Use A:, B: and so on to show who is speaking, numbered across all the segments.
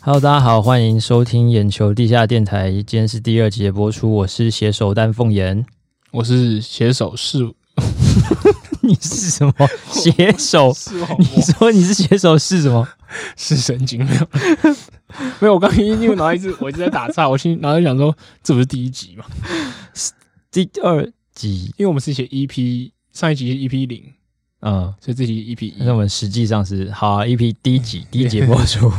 A: Hello，大家好，欢迎收听眼球地下电台，今天是第二集的播出，我是携手丹凤眼，
B: 我是携手视
A: 你是什么携 手？
B: 视网
A: 你说你是携手是什么？
B: 是神经没有 没有，我刚刚因为我脑袋一直我一直在打岔，我心脑袋想说这不是第一集嘛，
A: 第二集，
B: 因为我们是写 EP 上一集是 EP 零，
A: 嗯，
B: 所以这集 EP 一
A: 但是我们实际上是好、啊、EP 第一集第一节播出。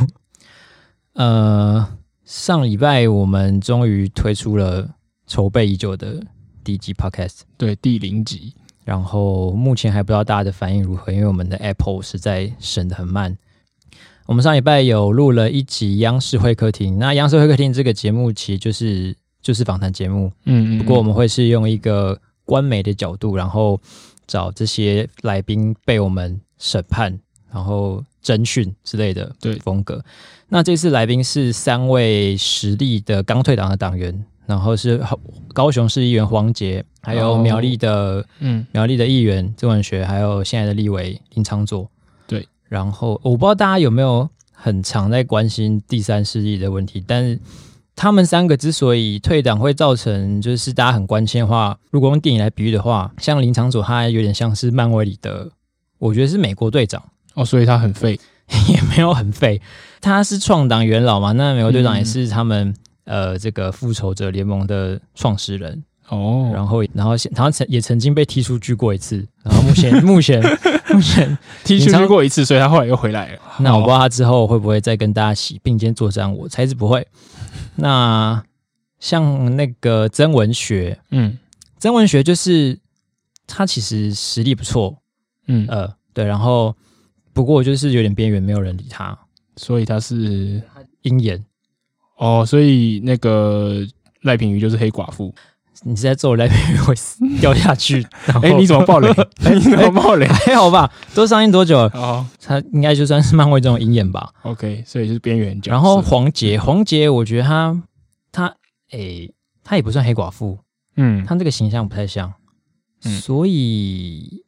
A: 呃，上礼拜我们终于推出了筹备已久的第一集 Podcast，
B: 对第零集，
A: 然后目前还不知道大家的反应如何，因为我们的 Apple 实在审的很慢。我们上礼拜有录了一集央视会客厅，那央视会客厅这个节目其实就是就是访谈节目，
B: 嗯
A: 不过我们会是用一个官媒的角度，然后找这些来宾被我们审判，然后征询之类的
B: 对
A: 风格。那这次来宾是三位实力的刚退党的党员，然后是高雄市议员黄杰，还有
B: 哦
A: 苗栗的
B: 嗯
A: 苗栗的议员郑文学，还有现在的立委林昌佐。
B: 对，
A: 然后我不知道大家有没有很常在关心第三势力的问题，但是他们三个之所以退党会造成就是大家很关心的话，如果用电影来比喻的话，像林昌佐他有点像是漫威里的，我觉得是美国队长，
B: 哦，所以他很废，
A: 也没有很废，他是创党元老嘛，那美国队长
B: 嗯
A: 也是他们、呃这个复仇者联盟的创始人，
B: 哦，
A: 然后，然后现，然后曾也曾经被踢出局过一次，然后目前 目前目前，
B: 踢出
A: 平常
B: 去过一次，所以他后来又回来了，
A: 那我不知道他之后会不会再跟大家起并肩作战，我猜是不会。那像那个曾文学，
B: 嗯
A: 曾文学就是他其实实力不错，
B: 嗯，
A: 呃，对，然后不过就是有点边缘，没有人理他，
B: 所以他是
A: 鹰眼，
B: 哦，所以那个赖品妤就是黑寡妇，
A: 你是在揍来宾会死掉下 去？然后
B: 哎，你怎 么爆雷？你怎么爆雷？
A: 还好吧？都上映多久了？
B: 哦
A: 他应该就算是漫威中的鹰眼吧。
B: ，OK，所以就是边缘角色，嗯
A: 然后黄杰，黄杰，我觉得他他诶、他也不算黑寡妇，
B: 嗯，
A: 他这个形象不太像，
B: 嗯
A: 所以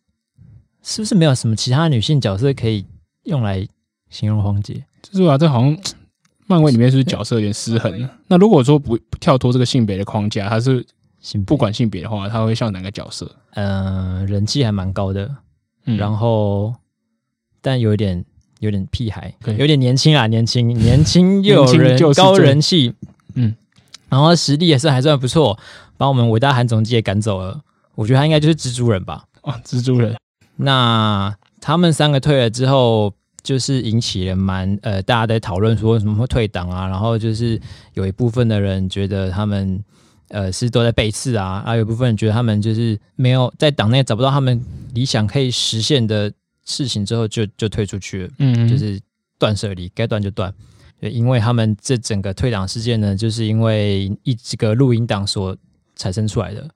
A: 是不是没有什么其他女性角色可以用来形容黄杰？
B: 就是啊，这好像漫威里面是不是角色有点失衡？啊那如果说不不跳脱这个性别的框架，他是
A: 行，
B: 不，管性别的话，他会像哪个角色？
A: 呃，人气还蛮高的，
B: 嗯
A: 然后但有一点有点屁孩
B: 可以
A: 有点年轻啊，年 轻年轻又有
B: 年轻
A: 人
B: 就是
A: 高
B: 最
A: 人气，
B: 嗯，
A: 然后实力也是还算不错，把我们伟大韩总机也赶走了，我觉得他应该就是蜘蛛人吧。
B: 哦，蜘蛛人，
A: 那他们三个退了之后，就是引起了蛮呃，大家在讨论说为什么会退党啊，然后就是有一部分的人觉得他们呃是都在背刺啊，啊有一部分人觉得他们就是没有在党内找不到他们理想可以实现的事情之后就就退出去了，
B: 嗯
A: 就是断舍离，该断就断。对，因为他们这整个退党事件呢，就是因为一这个录音档所产生出来的。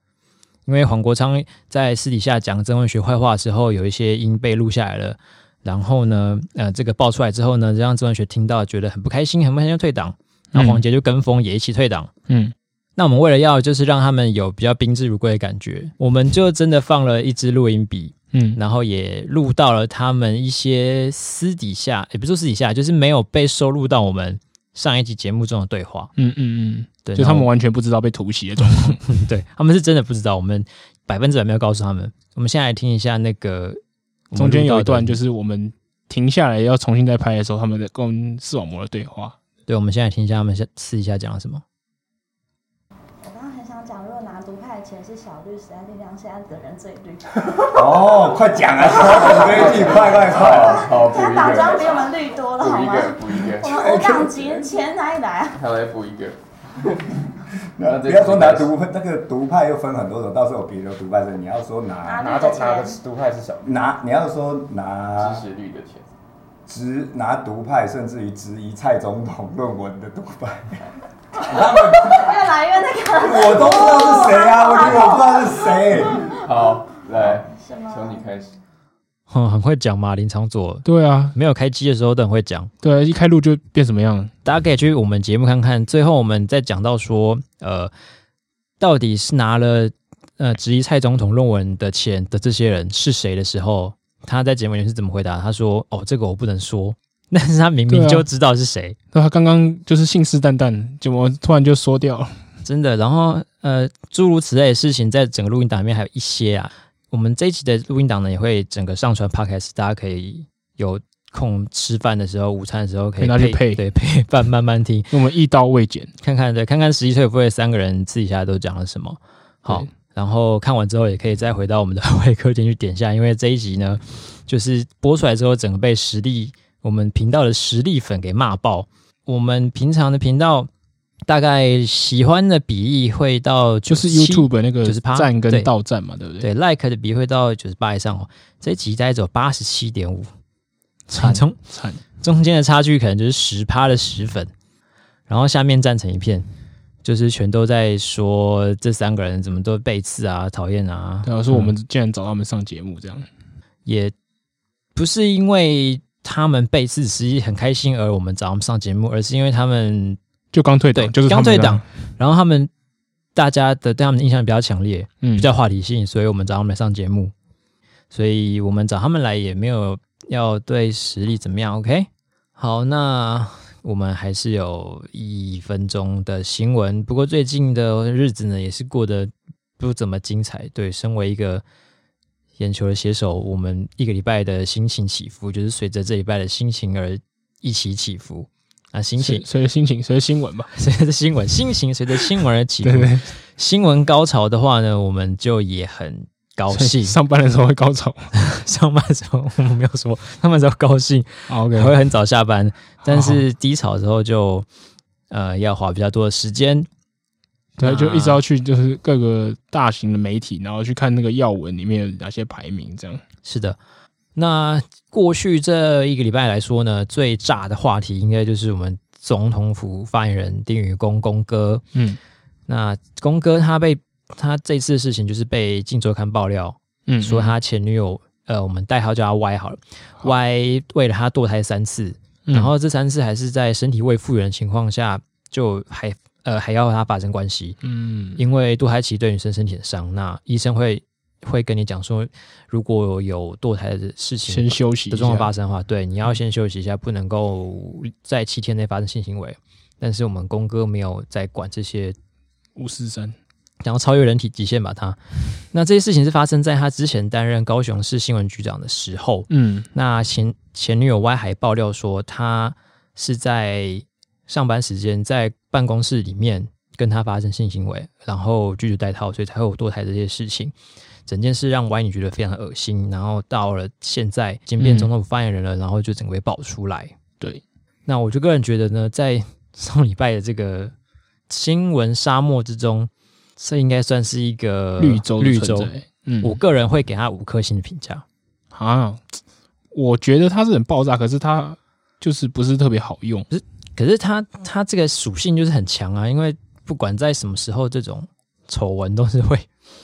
A: 因为黄国昌在私底下讲曾文学坏话的时候，有一些音被录下来了。然后呢，呃，这个爆出来之后呢，让曾文学听到觉得很不开心，很不开心就退党。然后黄杰就跟风也一起退党。
B: 嗯
A: 那我们为了要就是让他们有比较宾至如归的感觉，我们就真的放了一支录音笔，
B: 嗯
A: 然后也录到了他们一些私底下，也不是说私底下，就是没有被收录到我们上一集节目中的对话。
B: 嗯嗯
A: 对，
B: 嗯，就他
A: 然
B: 们
A: 后
B: 完全不知道被突袭的状 况。
A: 对他们是真的不知道，我们百分之百没有告诉他们。我们现在来听一下那个
B: 中间有一段
A: 就
B: 就是我们停下来要重新再拍的时候，他们的跟视网膜的对话。
A: 对，我们现在听一下他们下私底下讲了什么。
C: 我刚刚很想讲，如果拿独派的钱是小绿时代力量，现在的人最绿，
D: 哦，快讲 啊！说很规矩，快快快！
E: 好，补
C: 现在
E: 一
C: 党章比我
E: 个，
C: 们绿多了，
E: 补
C: 好
E: 一
C: 吗？
E: 个，补一
C: 我
E: 个，
C: 们五党籍钱哪里 来啊？
E: 他来补一个。
D: 那不要说拿独那个独派又分很多种，到时候我比如独派是你要说拿
C: 拿
E: 拿到拿的毒害是什么？
D: 拿，你要说拿
E: 支持率的钱。
D: 直拿独派，甚至于质疑蔡总统论文的独派，他们
C: 越来越那个
D: 我都不知道是谁啊，我觉得我不知道是谁。
E: 好，来，
C: 什么？
E: 从你开始。
A: 哼，哦很会讲嘛，林长佐
B: 对啊，
A: 没有开机的时候都很会讲。
B: 对啊，一开录就变什么样了？
A: 大家可以去我们节目看看。最后我们再讲到说，呃，到底是拿了呃质疑蔡总统论文的钱的这些人是谁的时候，他在节目里面是怎么回答？他说：“哦，这个我不能说。” 但是他明明
B: 对啊
A: 就知道是谁，
B: 那他刚刚就是信誓旦旦，怎么突然就说掉了？
A: 真的。然后呃，诸如此类的事情，在整个录音档里面还有一些啊。我们这一期的录音档呢，也会整个上传 podcast，大家可以有空吃饭的时候、午餐的时候可
B: 可
A: 以
B: 以拿去配
A: 对配饭慢慢听，
B: 我们一刀未剪，
A: 看看对，看看实际退不会三个人私底下都讲了什么。好
B: 对，
A: 然后看完之后也可以再回到我们的 会客厅去点一下，因为这一集呢，就是播出来之后，整个被实力我们频道的实力粉给骂爆。我们平常的频道大概喜欢的比例会到
B: 就是
A: 97
B: YouTube 那个
A: 90%
B: 赞
A: 对
B: 跟到赞嘛，对不
A: 对
B: 对？
A: like 的比例会到九十八以上哦，这一集大概只有八十七点五，
B: 惨
A: 从
B: 惨，
A: 中间的差距可能就是十趴的十粉，然后下面站成一片，就是全都在说这三个人怎么都背刺啊、讨厌啊，
B: 对啊，说我们竟然找他们上节目这样，
A: 也不是因为他们背刺实际很开心而我们找他们上节目，而是因为他们
B: 就刚退
A: 对
B: 档，就是他
A: 刚
B: 们
A: 退
B: 这样
A: 档，，然后他们大家的对他们的印象比较强烈，
B: 嗯
A: 比，较话题性，所以我们找他们来上节目，所以我们找他们来也没有要对实力怎么样。OK，好，那我们还是有一分钟的新闻，不过最近的日子呢也是过得不怎么精彩。对，身为一个眼球的写手，我们一个礼拜的心情起伏，就是随着这礼拜的心情而一起起伏。啊，心情
B: 随随着心情，随着新闻吧，
A: 随着新闻，心情随着新闻而起伏
B: 对。对，
A: 新闻高潮的话呢，我们就也很高兴。上
B: 上班的时候会高潮。
A: 上班的时候我们没有说，上班的时候高兴，
B: 好 OK，
A: 还会很早下班，但是低潮的时候就呃要花比较多的时间。
B: 对，就一直
A: 啊
B: 要去就是各个大型的媒体，然后去看那个要闻里面有哪些排名这样。
A: 是的，那过去这一个礼拜来说呢，最炸的话题应该就是我们总统府发言人丁宇公公哥。
B: 嗯
A: 那公哥他被他这次的事情就是被《镜周刊》爆料，
B: 嗯
A: 说他前女友，呃，我们代号叫他 Y 好了，Y 为了他堕胎三次，
B: 嗯
A: 然后这三次还是在身体未复原的情况下，就还呃还要和他发生关系，
B: 嗯
A: 因为堕胎期对女生身体很伤，那医生会会跟你讲说，如果有堕胎的事情
B: 先休息一
A: 的状况发
B: 下，嗯
A: 生的话，对，你要先休息一下，不能够在七天内发生性行为。但是我们公哥没有在管这些
B: 五四三，
A: 想要超越人体极限吧他。那这些事情是发生在他之前担任高雄市新闻局长的时候。
B: 嗯
A: 那前前女友 Y 还爆料说，他是在上班时间在办公室里面跟他发生性行为，然后拒绝戴套，所以才会有堕胎这些事情。整件事让 Y 你觉得非常恶心，然后到了现在已经变总统府发言人了，然后就整个被爆出来。
B: 对，
A: 那我就个人觉得呢，在上礼拜的这个新闻沙漠之中，这应该算是一个
B: 绿洲的
A: 绿
B: 存
A: 洲。
B: 在，嗯，
A: 我个人会给他五颗星的评价。
B: 啊，我觉得它是很爆炸，可是它就是不是特别好用。
A: 可是他他这个属性就是很强啊，因为不管在什么时候，这种丑闻都是会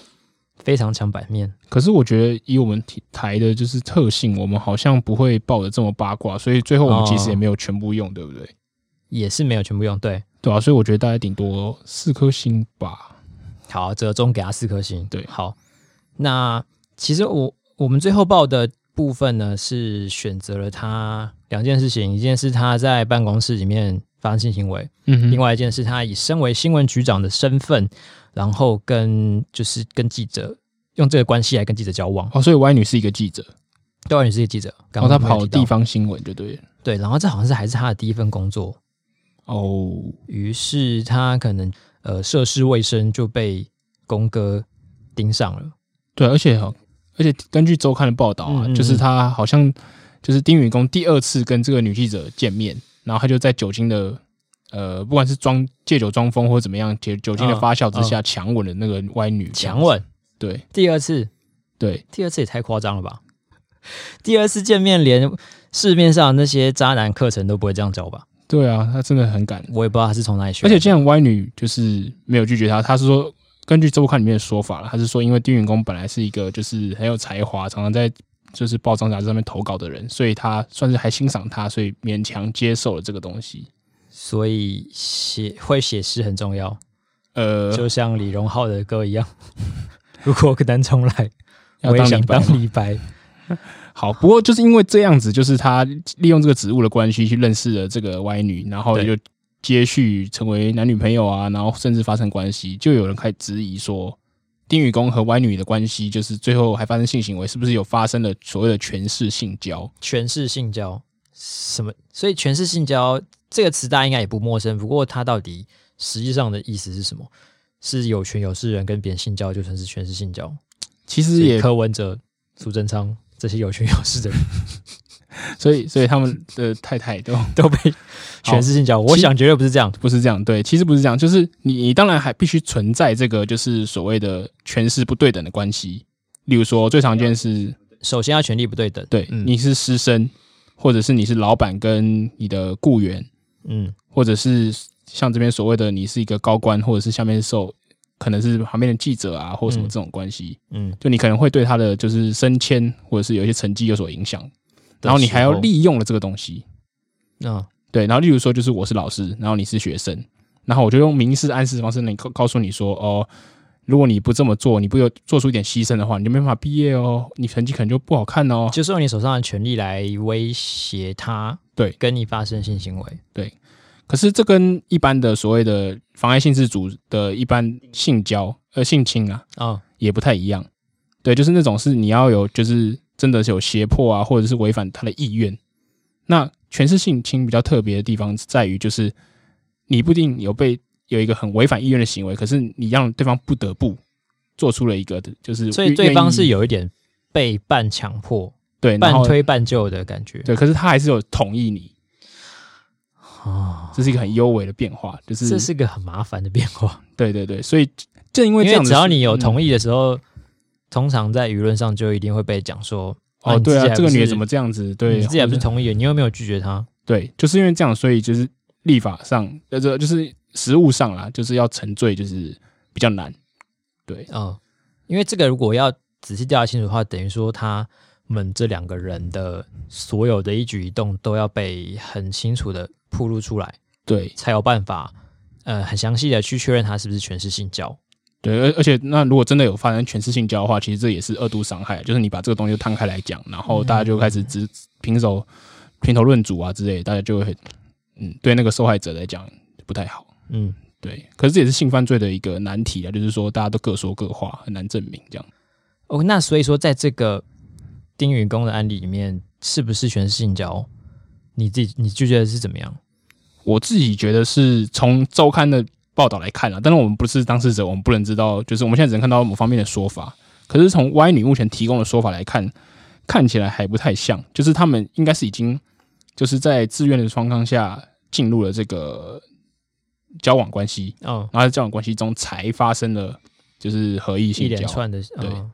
A: 非常抢版面。
B: 可是我觉得以我们体台的就是特性，我们好像不会爆的这么八卦，所以最后我们其实也没有全部用，对不对？
A: 也是没有全部用对，
B: 对啊，所以我觉得大概顶多四颗星吧。
A: 好，折中给他四颗星。
B: 对
A: 好，那其实我我们最后报的部分呢，是选择了他两件事情，一件是他在办公室里面发生性行为，
B: 嗯哼，
A: 另外一件事，他以身为新闻局长的身份，然后跟就是跟记者用这个关系来跟记者交往。
B: 哦，所以 Y 女是一个记者，
A: 对啊，你是一个记者，
B: 然
A: 刚
B: 后
A: 刚
B: 她
A: 没有
B: 跑
A: 提到
B: 地方新闻就对了。
A: 对，然后这好像是还是他的第一份工作，
B: 哦，
A: 于是他可能呃涉世未深就被公哥盯上了。
B: 对，而且哦而且根据周刊的报道啊，
A: 嗯嗯嗯
B: 就是他好像就是丁允恭第二次跟这个女记者见面，然后他就在酒精的呃，不管是装借酒装疯或者怎么样，酒酒精的
A: 嗯
B: 发酵之下强吻了那个歪女，
A: 强，吻
B: 对
A: 第二次，
B: 对，
A: 第二次也太夸张了吧？第二次见面连市面上那些渣男课程都不会这样教吧？
B: 对啊，他真的很敢，
A: 我也不知道他是从哪里学
B: 而
A: 的。
B: 且这样歪女就是没有拒绝他，他是说。根据周刊里面的说法啦，他是说，因为丁允恭本来是一个就是很有才华，常常在就是报章杂志上面投稿的人，所以他算是还欣赏他，所以勉强接受了这个东西。
A: 所以写会写诗很重要，
B: 呃，
A: 就像李 荣浩的歌一样。如果能重来，
B: 要
A: 我也
B: 当
A: 想
B: 李白
A: 当
B: 吗
A: 李白。
B: 好，不过就是因为这样子，就是他利用这个职务的关系去认识了这个歪女，然后
A: 对
B: 就接续成为男女朋友啊，然后甚至发生关系，就有人开始质疑说，丁禹公和歪女的关系，就是最后还发生性行为，是不是有发生了所谓的权势性交？
A: 权势性交什么？所以权势性交这个词大家应该也不陌生，不过它到底实际上的意思是什么？是有权有势人跟别人性交就算是权势性交，
B: 其实
A: 是
B: 也，
A: 柯文哲、苏贞昌这些有权有势的人
B: 所以所以他们的太太都
A: 都被权势性交。我想绝对不是这样，
B: 不是这样，对，其实不是这样，就是你你当然还必须存在这个就是所谓的权势不对等的关系，例如说最常见是
A: 首先要权力不对等，
B: 对，
A: 嗯
B: 你是师生，或者是你是老板跟你的雇员，
A: 嗯，
B: 或者是像这边所谓的你是一个高官，或者是下面受可能是旁边的记者啊，或什么
A: 嗯
B: 这种关系，
A: 嗯，
B: 就你可能会对他的就是升迁或者是有一些成绩有所影响，然后你还要
A: 的时候，
B: 利用了这个东西，
A: 嗯，
B: 对，然后例如说就是我是老师，然后你是学生，然后我就用明示暗示的方式能告告诉你说哦。如果你不这么做，你不有做出一点牺牲的话，你就没办法毕业哦，你成绩可能就不好看哦。
A: 就是用你手上的权力来威胁他，
B: 对
A: 跟你发生性行为，
B: 可是这跟一般的所谓的妨碍性自主的一般性交呃性侵啊
A: 啊、
B: 也不太一样，对，就是那种是你要有就是真的是有胁迫啊，或者是违反他的意愿。那权势性侵比较特别的地方在于，就是你不一定有被有一个很违反意愿的行为，可是你让对方不得不做出了一个的就是，
A: 所以对方是
B: 愿意
A: 有一点被半强迫、
B: 对然
A: 半
B: 后
A: 推半就的感觉，
B: 对，可是他还是有同意你，
A: 啊。
B: 这是一个很优美的变化，就是
A: 这是个很麻烦的变化，
B: 对对对，所以正因为
A: 因
B: 这样嗯
A: 为
B: 子，
A: 只要你有同
B: 意。
A: 意的时候，通常在舆论上就一定会被讲说，
B: 哦，对啊，这个女的
A: 人
B: 怎么这样子？对，
A: 你自己还不
B: 或
A: 是
B: 者
A: 同意的，你又没有拒绝她，
B: 对，就是因为这样，所以就是立法上，呃，这就是实务上啦，就是要沉罪，就是比较难。对，
A: 嗯，因为这个如果要仔细调查清楚的话，等于说他们这两个人的所有的一举一动都要被很清楚的铺露出来，
B: 对，
A: 才有办法。呃，很详细的去确认他是不是全是性交，
B: 对，而而且那如果真的有发生全是性交的话，其实这也是二度伤害，就是你把这个东西摊开来讲，然后大家就开
A: 嗯
B: 始只平手、评头论足啊之类的，大家就会很，嗯，对那个受害者来讲不太好。
A: 嗯，
B: 对，可是这也是性犯罪的一个难题啊，就是说大家都各说各话，很难证明这样。
A: 哦，那所以说，在这个丁允公的案例里面，是不是全是性交？你自己你就觉得是怎么样？
B: 我自己觉得是从周刊的报道来看啊，当然我们不是当事者，我们不能知道，就是我们现在只能看到某方面的说法。可是从 Y 女目前提供的说法来看，看起来还不太像，就是他们应该是已经就是在自愿的状况下进入了这个交往关系，
A: 嗯，
B: 然后在交往关系中才发生了就是合意
A: 一
B: 性
A: 连
B: 交，
A: 串的，
B: 对
A: 嗯、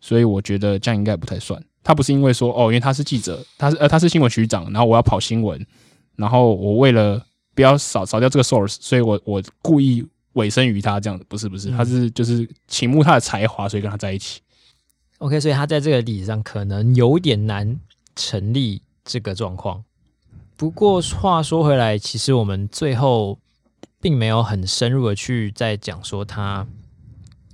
B: 所以我觉得这样应该不太算。他不是因为说哦，因为他是记者，他是呃他是新闻局长，然后我要跑新闻，然后我为了不要少少掉这个 source，所以我我故意委身于他这样子，不是不是，
A: 嗯
B: 他是就是倾慕他的才华，所以跟他在一起。
A: OK，所以他在这个例子上可能有点难成立这个状况。不过话说回来，其实我们最后并没有很深入的去在讲说他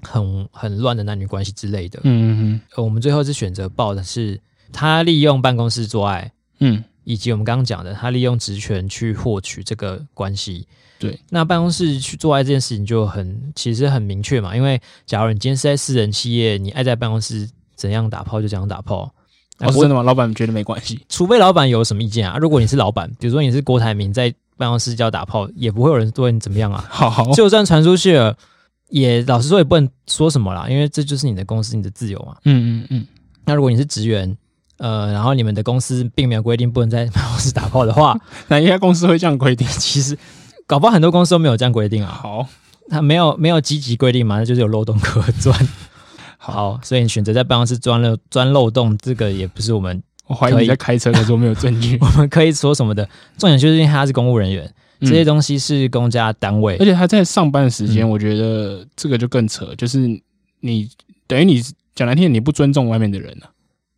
A: 很很乱的男女关系之类的。
B: 嗯
A: 呃我们最后是选择报的是他利用办公室做爱，
B: 嗯
A: 以及我们刚刚讲的，他利用职权去获取这个关系。
B: 对，
A: 那办公室去做爱这件事情就很其实很明确嘛，因为假如你今天是在私人企业，你爱在办公室怎样打炮就怎样打炮。
B: 嗯，哦是真的吗？老板觉得没关系，
A: 除非老板有什么意见啊，如果你是老板，比如说你是郭台铭在办公室叫打炮，也不会有人对你怎么样啊。
B: 好好
A: 就算传出去了，也老实说也不能说什么啦，因为这就是你的公司，你的自由嘛。
B: 嗯嗯 嗯，
A: 那如果你是职员，呃，然后你们的公司并没有规定不能在办公室打炮的话，
B: 哪一家公司会这样规定？
A: 其实搞不好很多公司都没有这样规定啊，
B: 好
A: 他没有没有积极规定嘛，那就是有漏洞可钻。 好，所以你选择在办公室钻漏钻漏洞，这个也不是我们
B: 我怀疑
A: 可以，
B: 你在开车的时候没有证据
A: 我们可以说什么的。重点就是因为他是公务人员，这些
B: 嗯
A: 东西是公家单位
B: 而，且他在上班时间，
A: 嗯
B: 我觉得这个就更扯，就是你等于你讲难听点，你不尊重外面的人啊，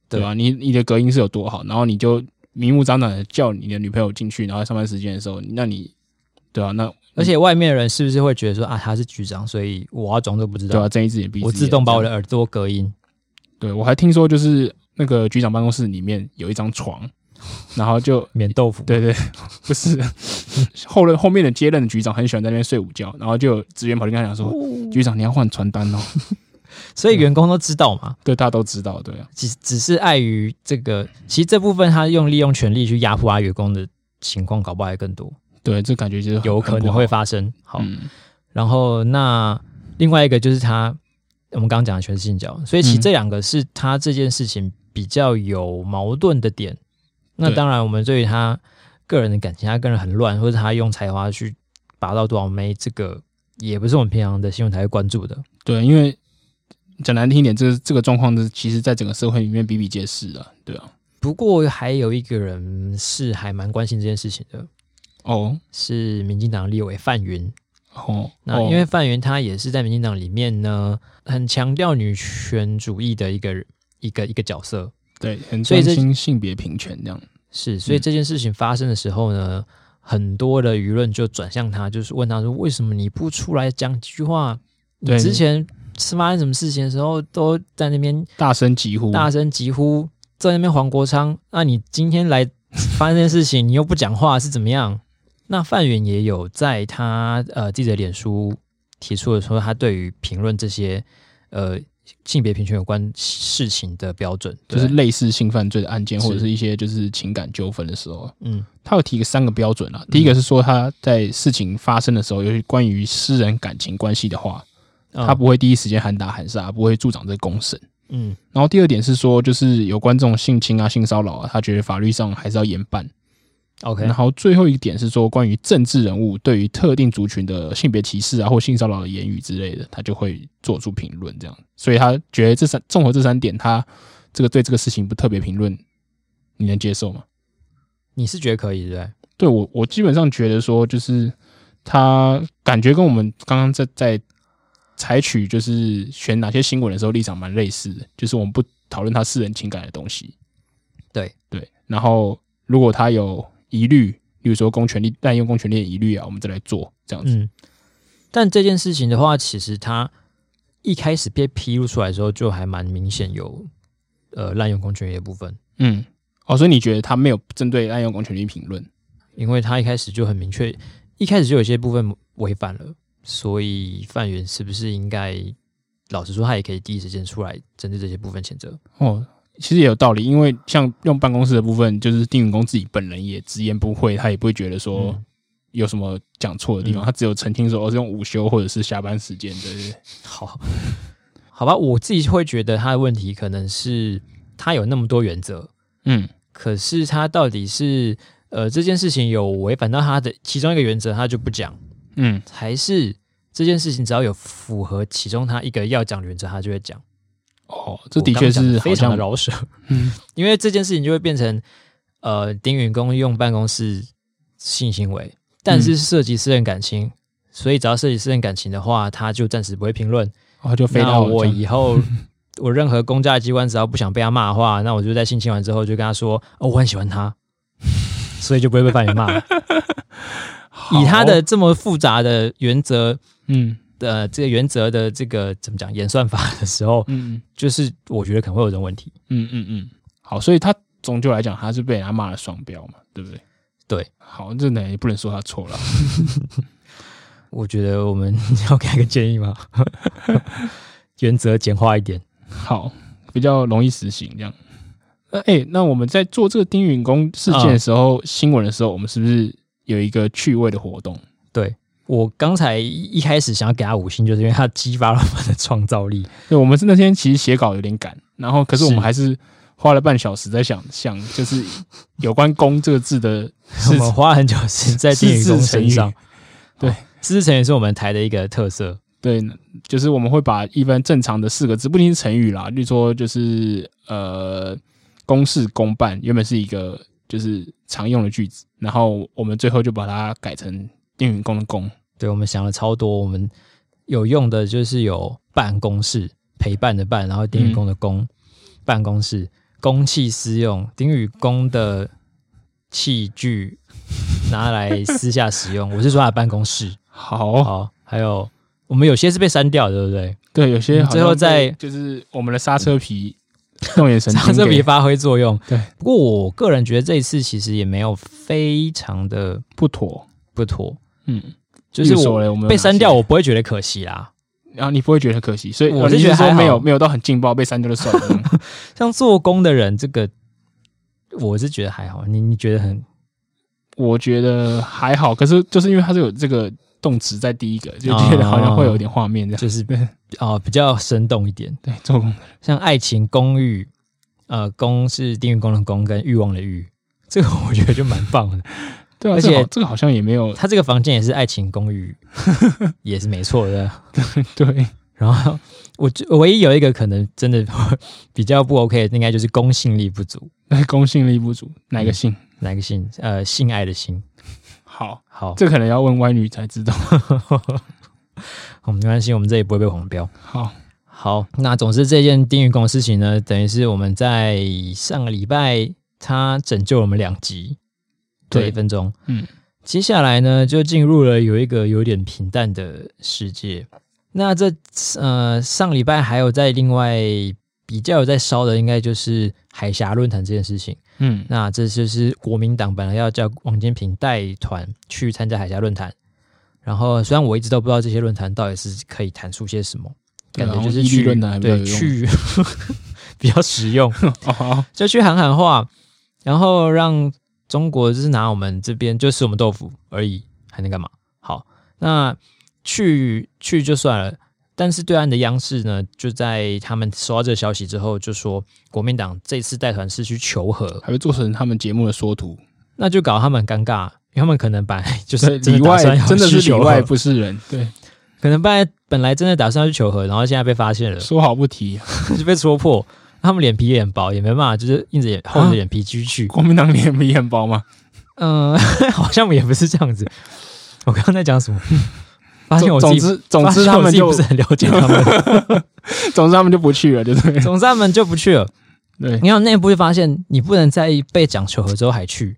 A: 对
B: 对吧、你你的隔音是有多好，然后你就明目张胆的叫你的女朋友进去，然后在上班时间的时候，那你对啊，那
A: 而且外面的人是不是会觉得说啊，他是局长，所以我要装作不知
B: 对啊
A: 道，
B: 啊，睁一只眼闭一只眼，
A: 我自动把我
B: 这
A: 的
B: 样
A: 耳朵隔音。
B: 对我还听说就是那个局长办公室里面有一张床，然后 就
A: 免豆腐，
B: 对对，不是后任后面的接任的局长很喜欢在那边睡午觉，然后就有职员跑去跟他讲说：“局长，你要换传单哦。
A: 所以员工都知道嘛”，
B: 对，大家都知道，对啊，
A: 只只是碍于这个，其实这部分他用利用权力去压迫他员工的情况，搞不好还更多，
B: 对，这感觉就是很
A: 有可
B: 很不
A: 能
B: 好
A: 会发生。好，
B: 嗯
A: 然后那另外一个就是他，我们刚刚讲的全是性交，所以其实
B: 嗯
A: 这两个是他这件事情比较有矛盾的点。那
B: 对
A: 当然，我们对于他个人的感情，他个人很乱，或者他用才华去拔到多少妹，这个也不是我们平常的新闻台会关注的。
B: 对，因为讲难听一点，这这个状况是其实在整个社会里面比比皆是啊，对啊，
A: 不过还有一个人是还蛮关心这件事情的，
B: 哦
A: 是民进党立委范云。
B: 哦，
A: 那
B: 哦
A: 因为范云他也是在民进党里面呢，很强调女权主义的一个人一个一个角色。
B: 对，很
A: 所以
B: 专
A: 这
B: 心性别平权这样，
A: 是，
B: 嗯
A: 所以这件事情发生的时候呢，很多的舆论就转向他，就是问他说：“为什么你不出来讲几句话？你
B: 对
A: 之前是发生什么事情的时候，都在那边
B: 大声疾呼，
A: 大声疾呼，在那边黄国昌，那你今天来发生这件事情，你又不讲话，是怎么样？”那范远也有在他呃记者脸书提出了说，他对于评论这些呃性别平权有关事情的标准，
B: 就
A: 对
B: 是类似性犯罪的案件
A: 是
B: 或者是一些就是情感纠纷的时候，
A: 嗯
B: 他有提个三个标准啊。第一个是说他在事情发生的时候，尤其关于私人感情关系的话，
A: 嗯
B: 他不会第一时间喊打喊杀，不会助长这公审。
A: 嗯
B: 然后第二点是说，就是有关这种性侵啊、性骚扰啊，他觉得法律上还是要严办。
A: OK
B: 然后最后一点是说，关于政治人物对于特定族群的性别歧视啊或性骚扰的言语之类的，他就会做出评论这样。所以他觉得这三综合这三点，他这个对这个事情不特别评论，你能接受吗？
A: 你是觉得可以对不对？
B: 对我，我基本上觉得说，就是他感觉跟我们刚刚在在采取就是选哪些新闻的时候立场蛮类似的，就是我们不讨论他私人情感的东西。
A: 对
B: 对，然后如果他有疑虑，例如说公权力滥用公权力的疑虑啊，我们再来做这样子。
A: 嗯，但这件事情的话，其实他一开始被披露出来的时候，就还蛮明显有呃滥用公权力的部分，
B: 嗯哦，所以你觉得他没有针对滥用公权力评论？
A: 因为他一开始就很明确，一开始就有些部分违反了，所以范源是不是应该老实说，他也可以第一时间出来针对这些部分谴责？
B: 哦，其实也有道理，因为像用办公室的部分，就是丁允恭自己本人也直言不讳，他也不会觉得说
A: 嗯
B: 有什么讲错的地方，
A: 嗯
B: 他只有澄清说哦是用午休或者是下班时间对对对
A: 好， 好吧，我自己会觉得他的问题可能是他有那么多原则，
B: 嗯，
A: 可是他到底是呃这件事情有违反到他的其中一个原则，他就不讲。
B: 嗯，
A: 还是这件事情只要有符合其中他一个要讲的原则，他就会讲。
B: 哦，这的确
A: 我刚刚讲
B: 是
A: 得
B: 好
A: 非常的
B: 像嗯
A: 饶舌， 因为这件事情就会变成呃，丁允恭用办公室性行为，但
B: 嗯
A: 是涉及私人感情。所以，只要涉及私人感情的话，他就暂时不会评论。
B: 哦就飞
A: 那
B: 到
A: 我
B: 这样
A: 以 后，我任何公家的机关只要不想被他骂的话，那我就在性侵完之后就跟他说：“哦，我很喜欢他。” 所以就不会被范云骂。 以他的这么复杂的原则，
B: 嗯
A: 呃这个原则的这个怎么讲演算法的时候，
B: 嗯
A: 就是我觉得可能会有这种问题。
B: 嗯嗯嗯，好，所以他终究来讲他是被人家骂了双标嘛，对不对？
A: 对，
B: 好，这呢也不能说他错了，
A: 我觉得我们要给他一个建议吗？ 原则简化一点。
B: 好，比较容易实行这样。那哎、欸那我们在做这个丁允恭事
A: 啊
B: 件的时候，新闻的时候，我们是不是有一个趣味的活动？
A: 对我刚才一开始想要给他五星，就是因为他激发了我的创造力。
B: 对，我们是那天其实写稿有点赶，然后可是我们
A: 是
B: 还是花了半小时在想想，就是有关“恭”这个字的
A: 我
B: 是
A: 们花了很久时间在电影公身上
B: 是。成语对
A: 好，知识成语是我们台的一个特色。
B: 对，就是我们会把一般正常的四个字，不一定是成语啦，例如说就是呃公事公办，原本是一个就是常用的句子，然后我们最后就把它改成丁允恭的“恭”。
A: 对，我们想了超多，我们有用的就是有办公室陪伴的伴，然后
B: 嗯
A: 丁宇公的公、办公室公器私用，丁宇公的器具拿来私下使用，我是说他的办公室。
B: 好，
A: 好，还有我们有些是被删掉的，对不对？
B: 对，有些好像
A: 最后
B: 被
A: 在
B: 就是我们的刹车皮动 眼神
A: 长
B: 经
A: 这笔
B: 给
A: 发挥作用。
B: 对，
A: 不过我个人觉得这一次其实也没有非常的
B: 不妥，
A: 不妥，
B: 嗯，
A: 就是
B: 例如说嘞
A: 我
B: 我们有
A: 被
B: 哪
A: 删
B: 些
A: 掉，我不会觉得可惜啦。
B: 然后你不会觉得可惜，所以
A: 我
B: 哦
A: 是
B: 你
A: 觉得
B: 说
A: 还
B: 没有
A: 好
B: 没有到很劲爆，被删掉就算了。 嗯
A: 像做工的人，这个我是觉得还好。你你觉得很
B: 我觉得还好，可是就是因为它是有这个动词在第一个，就
A: 哦
B: 觉得好像会有点画面这样。
A: 就是啊、比较生动一点，
B: 对，做工
A: 像《爱情公寓》，呃，公是地狱公的公跟欲望的欲，这个我觉得就蛮棒的。
B: 对啊，
A: 而
B: 这个好
A: 且
B: 这个好像也 没有
A: 他这个房间也是《爱情公寓》，也是没错的。
B: 对
A: 然后我就唯一有一个可能真的 比较不 OK 的，应该就是公信力不足。
B: 对公信力不足，哪
A: 嗯
B: 个信？
A: 哪个信？呃，性爱的性。
B: 好，
A: 好，
B: 这可能要问歪女才知道。
A: 好，没关系，我们这里不会被黄标。
B: 好，
A: 好，那总之这件丁鱼公的事情呢，等于是我们在上个礼拜他拯救了我们两集，对，
B: 对
A: 一分钟。
B: 嗯，
A: 接下来呢，就进入了有一个有点平淡的世界。那这呃，上礼拜还有在另外比较有在烧的，应该就是海峡论坛这件事情。
B: 嗯，
A: 那这就是国民党本来要叫王金平带团去参加海峡论坛，然后虽然我一直都不知道这些论坛到底是可以谈出些什么，
B: 对
A: 感觉
B: 然后
A: 就是
B: 一律
A: 去
B: 论坛啊还比较
A: 对
B: 有用
A: 去 比较实 用，
B: 哦好，
A: 就去喊喊话，然后让中国就是拿我们这边就吃我们豆腐而已，还能干嘛？好，那去去就算了。但是对岸的央视呢，就在他们收到这个消息之后，就说国民党这次带团是去求和，
B: 还会做成他们节目的缩图。
A: 那就搞他们很尴尬，因为他们可能本来 就是
B: 对，里
A: 打
B: 外
A: 算要
B: 真的
A: 去
B: 是
A: 求
B: 里
A: 和
B: 外，不是人。对，
A: 可能本来本来真的打算要去求和，然后现在被发 现了，
B: 说好不提，
A: 就被戳破。他们脸皮也很薄，也没办法，就是硬着脸厚着脸皮继续去。
B: 国民党脸皮很薄吗？
A: 嗯、 好像也不是这样子。我刚刚在讲什 么？发现
B: 总
A: 我自
B: 总
A: 己，
B: 之总
A: 发
B: 之
A: 现
B: 他
A: 我
B: 们
A: 自己
B: 就
A: 不是很了解他们。
B: 总之他们就不去了，对不对？
A: 总之他们就不去了。
B: 对，
A: 你看内部就发现，你不能在被讲求和之后还去，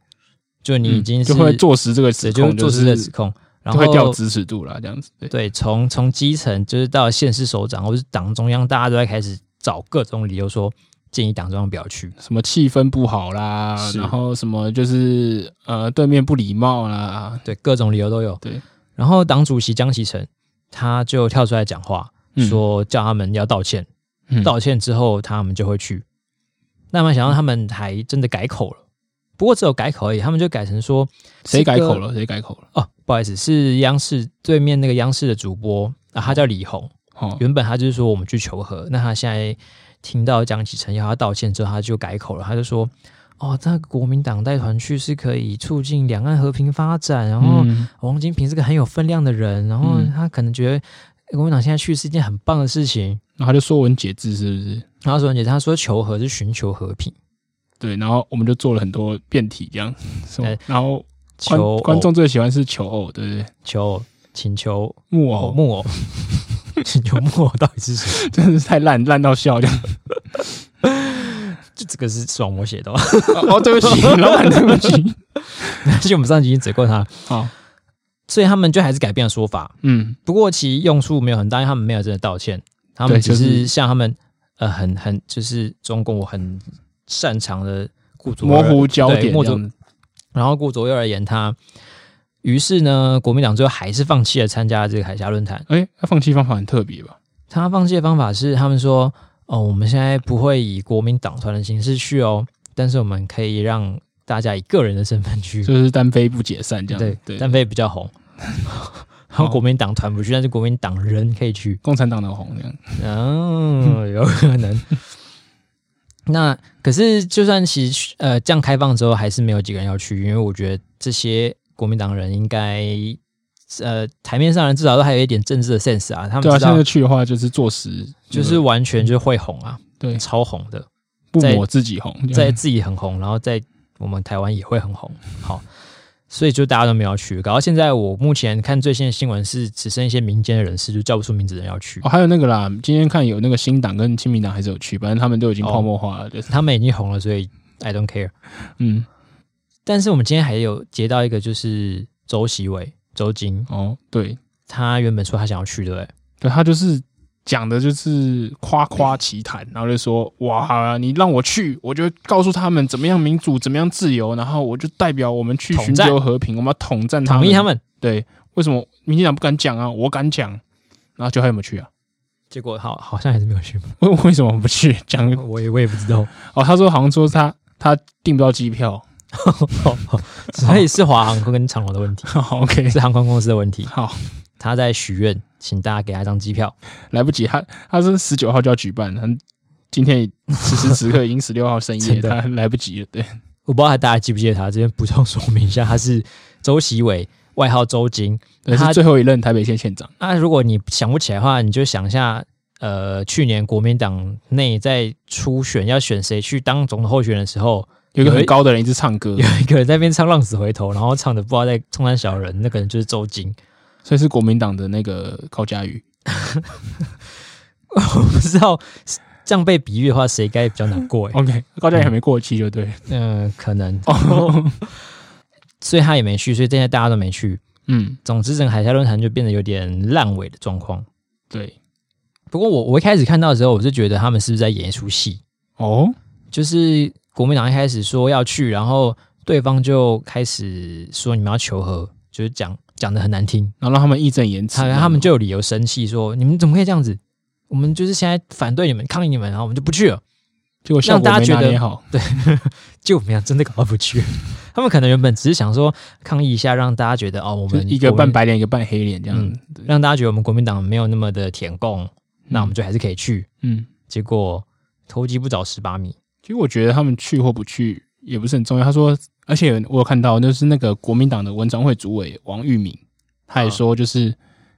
A: 就你已经
B: 嗯
A: 是、
B: 就会坐实这个指
A: 对，就
B: 控，
A: 是坐实
B: 是
A: 的指控，然
B: 就会掉
A: 后
B: 支持度啦，这样子。对，
A: 对，从从基层就是到县市首长或是党中央，大家都在开始找各种理由说建议党中央不要去。
B: 什么气氛不好啦，
A: 是
B: 然后什么就是呃对面不礼貌啦，
A: 对，各种理由都有。
B: 对，
A: 然后党主席江启臣他就跳出来讲话，
B: 嗯
A: 说叫他们要道歉，
B: 嗯
A: 道歉之后他们就会去。那没想到他们还真的改口了，不过只有改口而已，他们就改成说
B: 谁改
A: 这
B: 口？
A: 个
B: 了？谁改口了？
A: 哦，不好意思，是央视对面那个央视的主播啊，他叫李红。
B: 哦，
A: 原本他就是说我们去求和，那他现在听到江启臣要他道歉之后，他就改口了，他就说：“哦，那个国民党带团去是可以促进两岸和平发展，然后
B: 嗯
A: 王金平是个很有分量的人，然后
B: 嗯
A: 他可能觉得国民党现在去是一件很棒的事情。
B: 然后他就说文解字是不是？”
A: 然后文姐他说求和是寻求和平，
B: 对，然后我们就做了很多变体 这样，是吗
A: 哎
B: 然后观
A: 求
B: 观众
A: 偶
B: 最喜欢是求偶，对不对？
A: 求偶请求
B: 木
A: 偶
B: 偶
A: 木 偶，请求木偶到底是谁？
B: 真的是太烂烂到笑这样。
A: 这这个是爽模写的 哦，
B: 哦，对不起， 老板，对不起。
A: 其实我们上集已经嘴过他了，
B: 好，
A: 所以他们就还是改变了说法。
B: 嗯，
A: 不过其实用处没有很大，因为他们没有真的道歉，他们
B: 对
A: 只
B: 就是
A: 是像他们呃很很就是中共我很擅长的顾左右
B: 模
A: 而
B: 糊焦
A: 对
B: 点
A: 顾
B: 这
A: 左
B: 样子，
A: 然后顾左右而言他。于是呢，国民党最后还是放弃了参加这个海峡论坛。
B: 哎，他放弃方法很特别吧？
A: 他放弃的方法是，他们说：“哦，我们现在不会以国民党团的形式去哦，但是我们可以让大家以个人的身份去。”
B: 就是单飞不解散这样
A: 对
B: 子。对，
A: 单飞比较 红。然后国民党团不去，但是国民党人可以去。
B: 共产党的红这样。哦
A: 嗯，有可 能。那可是，就算其实呃这样开放之后，还是没有几个人要去，因为我觉得这些国民党人应该呃台面上人至少都还有一点政治的 sense 啊，他
B: 对
A: 们
B: 啊，
A: 知
B: 现
A: 道
B: 在去的话就是坐实，
A: 就是完全就会红啊，
B: 对，
A: 超红的，
B: 不
A: 在
B: 抹自己红，这
A: 在
B: 样
A: 自己很红，然后在我们台湾也会很红。好，所以就大家都没有要去。搞到现在，我目前看最新的新闻是，只剩一些民间的人士，就叫不出名字的人要去。
B: 哦，还有那个啦，今天看有那个新党跟亲民党还是有去，反正他们都已经泡沫化了，就是
A: 他们已经红了，所以 I don't care。
B: 嗯，
A: 但是我们今天还有接到一个，就是周习伟、周金，
B: 哦，对，
A: 他原本说他想要去，对不对？
B: 对他就是讲的就是夸
A: 哎
B: 夸其谈，然后就说哇，好啊，你让我去，我就告诉他们怎么样民主，怎么样自由，然后我就代表我们去
A: 统
B: 寻
A: 战
B: 求和平，我们要统战他
A: 统
B: 们。
A: 一嗯他们。
B: 对，为什么民进党不敢讲啊？我敢讲，然后就还有没有去啊？
A: 结果好，好像还是没有去。
B: 为为什么不去讲？
A: 我也我也不知道，
B: 哦，他说好像说他他订不到机票。
A: 所以是华航空跟长荣的问题，
B: 好 OK，
A: 是航空公司的问题。
B: 好，
A: 他在许愿，请大家给他一张机票。
B: 来不及，他他是十九号就要举办，他今天此时此刻已经十六号深
A: 真
B: 夜，
A: 的
B: 他来不及了。对，
A: 我不知道大家记不记得他，这边补充说明一下，他是周习伟，外号周金。
B: 对
A: 他
B: 是最后一任台北县县长。
A: 啊，如果你想不起来的话，你就想一下，呃，去年国民党内在初选要选谁去当总统候选人的时候，
B: 有一个
A: 有
B: 很
A: 一
B: 高的人一直唱歌，
A: 有一个人在那边唱《浪子回头》，然后唱的不知道在冲山小人，那个人就是周金。
B: 所以是国民党的那个高嘉瑜。
A: 我不知道这样被比喻的话，谁该比较难过、欸？
B: OK，高嘉瑜还没过期就对。
A: 嗯、可能，
B: 哦，
A: 所以他也没去，所以现在大家都没去。
B: 嗯，
A: 总之，整个海峡论坛就变得有点烂尾的状况。
B: 对。
A: 不过我我一开始看到的时候，我是觉得他们是不是在演一出戏？
B: 哦，
A: 就是国民党一开始说要去，然后对方就开始说你们要求和，就是讲讲的很难听，
B: 然后让他们义正言辞，啊
A: 他他们就有理由生气说你们怎么可以这样子？我们就是现在反对你们，抗议你们，然后我们就不去了。
B: 结果效
A: 让大家
B: 果没
A: 觉
B: 拿
A: 得
B: 捏好。
A: 就我们俩真的搞到不去， 他们可能原本只是想说抗议一下，让大家觉得哦，我
B: 就
A: 们
B: 一
A: 国民
B: 个
A: 嗯
B: 扮白脸，一个扮黑脸这样子。对
A: 让大家觉得我们国民党没有那么的舔共，那我们就还是可以去。
B: 嗯，
A: 结果偷鸡不着蚀把米，
B: 其实我觉得他们去或不去也不是很重要。他说，而且我有看到，就是那个国民党的文传会主委王玉敏，他也说，就是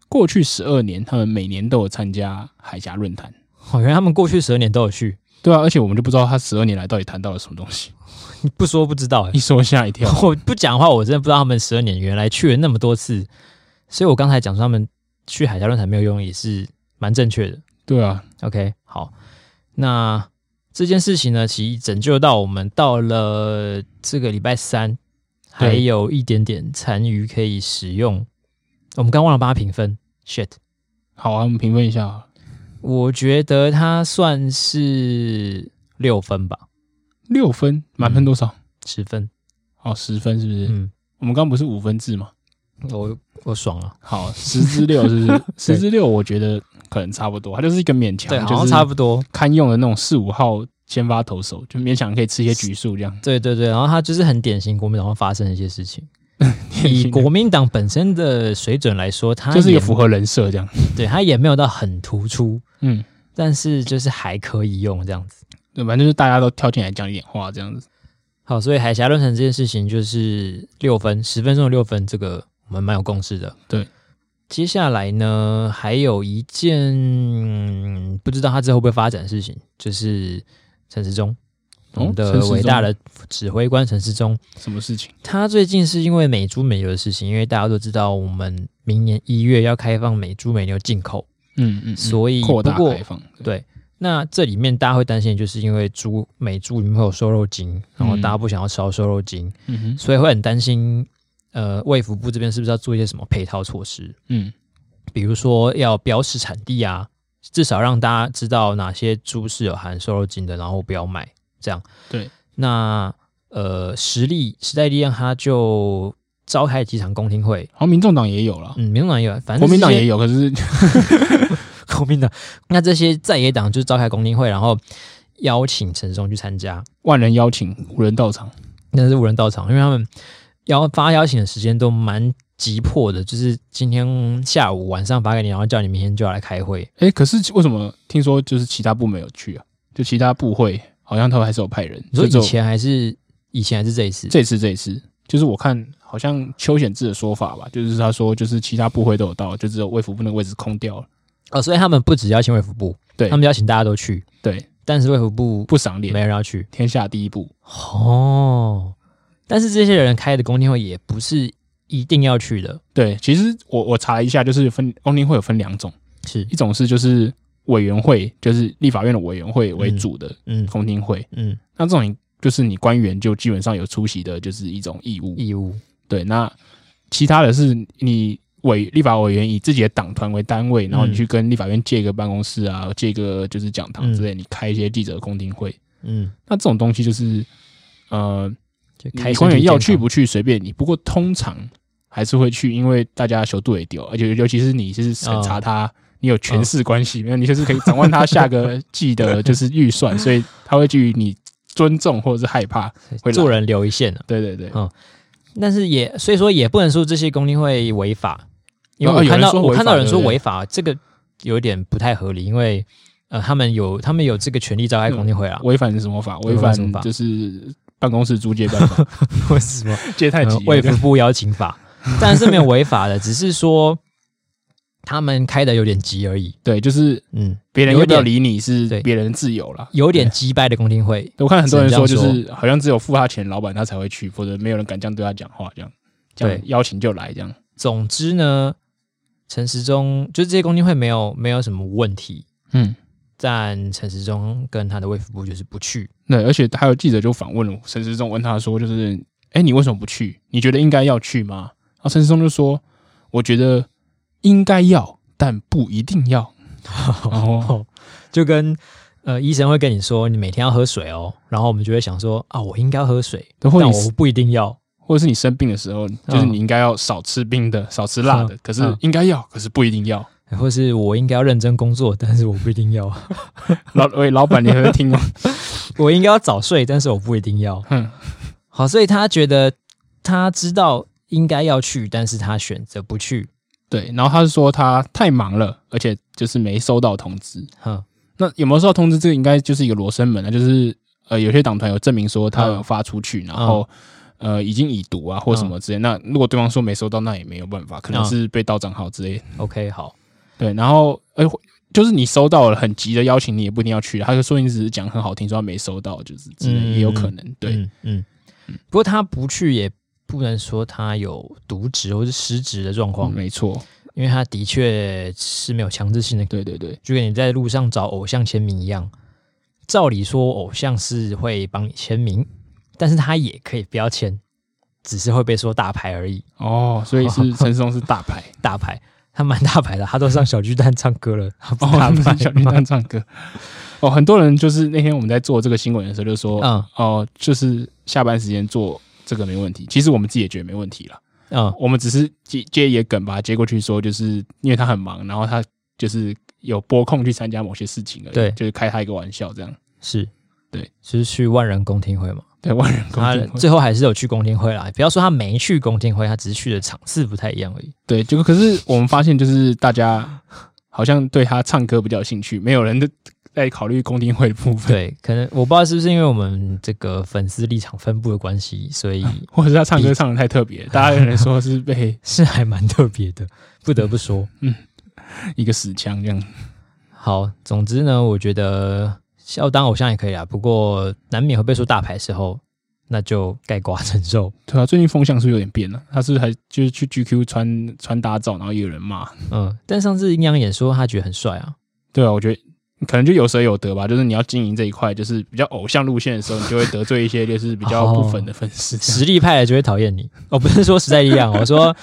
B: 过去十二年，他们每年都有参加海峡论坛。
A: 哦，原来他们过去十二年都有去，
B: 对啊，而且我们就不知道他十二年来到底谈到了什么东西，
A: 你不说不知道、欸
B: 一，说吓一跳。
A: 我不讲的话，我真的不知道他们十二年原来去了那么多次，所以我刚才讲说他们去海峡论坛没有用，也是蛮正确的。
B: 对啊，
A: OK，好，那这件事情呢，其实拯救到我们到了这个礼拜三，还
B: 对
A: 有一点点残余可以使用。我们刚忘了帮他评分，shit，
B: 好啊，我们评分一下啊，
A: 我觉得他算是六分吧，
B: 六分，满分多少？
A: 十分，
B: 哦，十分是不是？
A: 嗯，
B: 我们刚不是五分制吗？
A: 我我爽了，
B: 好，十之六 是不是？十之六，我觉得可能差不多，它就是一个勉强，
A: 对，
B: 就
A: 好像
B: 是
A: 差不多，
B: 堪用的那种四五号先发投手，就勉强可以吃一些局数这样。
A: 对对对，然后他就是很典型国民党会发生的一些事情。以国民党本身的水准来说，他
B: 就是一
A: 也
B: 个符合人设这样。
A: 对他也没有到很突出，
B: 嗯，
A: 但是就是还可以用这样子。
B: 对，反正就是大家都跳进来讲一点话这样子。
A: 好，所以海峡论坛这件事情就是六分，十分钟的六分，这个我们蛮有共识的。
B: 对，
A: 接下来呢，还有一件、嗯不知道他之后会不会发展的事情，就是陈时中，我们
B: 哦陈
A: 的
B: 时中
A: 伟大的指挥官陈时中，
B: 什么事情？
A: 他最近是因为美猪美牛的事情，因为大家都知道我们明年一月要开放美猪美牛进口，
B: 嗯嗯，嗯
A: 所以
B: 扩大
A: 不过
B: 开放。对
A: 对。那这里面大家会担心，就是因为猪美猪里面会有瘦肉精，然后大家不想要吃到瘦肉精，
B: 嗯哼，
A: 所以会很担心。呃，卫福部这边是不是要做一些什么配套措施？
B: 嗯
A: 比如说要标示产地啊，至少让大家知道哪些猪是有含瘦肉精的，然后不要买。这样，
B: 对。
A: 那呃，实力时代力量他就召开几场公听会，
B: 好像民众党也有了，
A: 嗯，民众党也有，反正
B: 国民党
A: 这些
B: 也有，可是
A: 国民党。那这些在野党就是召开公听会，然后邀请陈时中去参加，
B: 万人邀请，无人到场。
A: 但是无人到场，因为他们邀发邀请的时间都蛮急迫的，就是今天下午晚上发给你，然后叫你明天就要来开会。
B: 哎，可是为什么听说就是其他部没有去啊？就其他部会好像他们还是有派人。
A: 你说
B: 就只有
A: 以前还是以前还是这一次？
B: 这次这一次，就是我看好像邱显志的说法吧，就是他说就是其他部会都有到，就只有卫福部那个位置空掉了。
A: 哦，所以他们不只邀请卫福部，
B: 对
A: 他们邀请大家都去，
B: 对，
A: 但是卫福部
B: 不赏
A: 没
B: 脸，
A: 人要去。
B: 天下第一部。
A: 哦，但是这些人开的公听会也不是一定要去的，
B: 对，其实我我查了一下，就是分公听会有分两种，
A: 是
B: 一种是就是委员会，就是立法院的委员会为主的
A: 嗯
B: 公听会，
A: 嗯
B: 那这种就是你官员就基本上有出席的，就是一种义务。
A: 义务。
B: 对，那其他的是你委立法委员以自己的党团为单位，然后你
A: 嗯
B: 去跟立法院借一个办公室啊，借一个就是讲堂之类，你开一些记者公听会，
A: 嗯，
B: 那这种东西就是呃，
A: 就
B: 你
A: 开
B: 官
A: 身
B: 员
A: 体
B: 要
A: 健
B: 去
A: 康
B: 不去随便你，不过通常还是会去，因为大家小度也丢，而且尤其是你是审
A: 哦
B: 查他，你有权势关系，没有你就是可以掌握他下个季的就是预 算，所以他会基于你尊重或者是害怕，会来
A: 做人留一线啊。
B: 对对对，
A: 嗯但是也所以说也不能说这些公听会违法，因为
B: 哦
A: 我
B: 有
A: 看
B: 人
A: 到、
B: 说
A: 我
B: 违
A: 看
B: 法
A: 到有人
B: 对
A: 说
B: 不对
A: 违法，这个有点不太合理，因为呃他们有他们有这个权利召开公听会啊，
B: 违反什么法？
A: 对
B: 违
A: 违
B: 反
A: 反什么法
B: 就是办公室租借办 法，
A: 为什么
B: 借太急
A: 呃
B: 了，
A: 卫福部邀请法， 但是没有违法的，只是说他们开的有点急而已，
B: 对，就是
A: 嗯，
B: 别人
A: 有
B: 要不要
A: 点
B: 理你是
A: 对
B: 别人自由啦。
A: 有点击败的公听会，
B: 我看很多人说，
A: 只
B: 就
A: 能这样
B: 是好像只有付他钱的老板他才会去，或者没有人敢这样对他讲话，这样这样
A: 对
B: 邀请就来这样。
A: 总之呢，陈时中就是这些公听会没有没有什么问题，
B: 嗯，
A: 但陈时中跟他的卫福部就是不去，
B: 对，而且还有记者就访问了陈时中，问他说，就是，哎、你为什么不去？你觉得应该要去吗？然后陈时中就说，我觉得应该要，但不一定要。 哦，
A: 就跟呃医生会跟你说你每天要喝水哦，然后我们就会想说啊我应该要喝水，
B: 对
A: 但
B: 或者你
A: 我不一定要，
B: 或者是你生病的时候，就是
A: 嗯
B: 你应该要少吃冰的，少吃辣的，
A: 嗯
B: 可是
A: 嗯
B: 应该要，可是不一定要。
A: 或是我应该要认真工作，但是我不一定要，
B: 老喂，老板，你还会听吗？
A: 我应该要早睡，但是我不一定要。
B: 嗯
A: 好，所以他觉得他知道应该要去，但是他选择不去。
B: 对，然后他是说他太忙了，而且就是没收到通知。
A: 哼，
B: 那有没有收到通知？这个应该就是一个罗生门啊，就是呃，有些党团有证明说他有发出去，然后呃已经已读啊或什么之类。那如果对方说没收到，那也没有办法，可能
A: 嗯
B: 是被盗账号之类的。
A: OK，好，
B: 对，然后呃，就是你收到了很急的邀请，你也不一定要去，他就说你只是讲很好听，说他没收到，就是之类的
A: 嗯
B: 也有可能。对，
A: 嗯嗯。不过他不去也不能说他有渎职或是失职的状况，
B: 没错，
A: 因为他的确是没有强制性的，
B: 对对对，
A: 就跟你在路上找偶像签名一样。照理说，偶像是会帮你签名，但是他也可以不要签，只是会被说大牌而已。
B: 哦，所以是陈世忠是大牌，
A: 大牌，他蛮大牌的，他都上小巨蛋唱歌 了，他不
B: 哦，
A: 大
B: 他
A: 牌
B: 们小叮
A: 吗
B: 当唱歌。哦，很多人就是那天我们在做这个新闻的时候，就说，
A: 嗯
B: 哦，就是下班时间做这个没问题。其实我们自己也觉得没问题了，
A: 嗯，
B: 我们只是接接一个梗把它接过去说，就是因为他很忙，然后他就是有拨空去参加某些事情而已，
A: 对
B: 就是开他一个玩笑这样。
A: 是，
B: 对，
A: 就是去万人公听会嘛。
B: 对，万人公
A: 他
B: 听会。
A: 最后还是有去公听会啦，不要说他没去公听会，他只是去的场次不太一样而 已。
B: 对，就可是我们发现，就是大家好像对他唱歌比较有兴趣，没有人在考虑公听会的部分，
A: 对，可能我不知道是不是因为我们这个粉丝立场分布的关系，所 以
B: 或者是他唱歌唱的太特别，大家有人说是被
A: 是还蛮特别的，不得不说。
B: 一个死腔这样。
A: 好，总之呢，我觉得要当偶像也可以啦，不过难免会被说大牌的时候，那就盖瓜承 受。
B: 对啊，最近风向是不是有点变了，他是不是还就是去 GQ 穿穿搭照，然后也有人骂。
A: 嗯，但上次阴阳眼说他觉得很帅啊，
B: 对啊，我觉得可能就有舍有得吧，就是你要经营这一块，就是比较偶像路线的时候，你就会得罪一些就是比较不粉的粉 丝。
A: 实力派的就会讨厌你。哦，不是说实在力 量，我说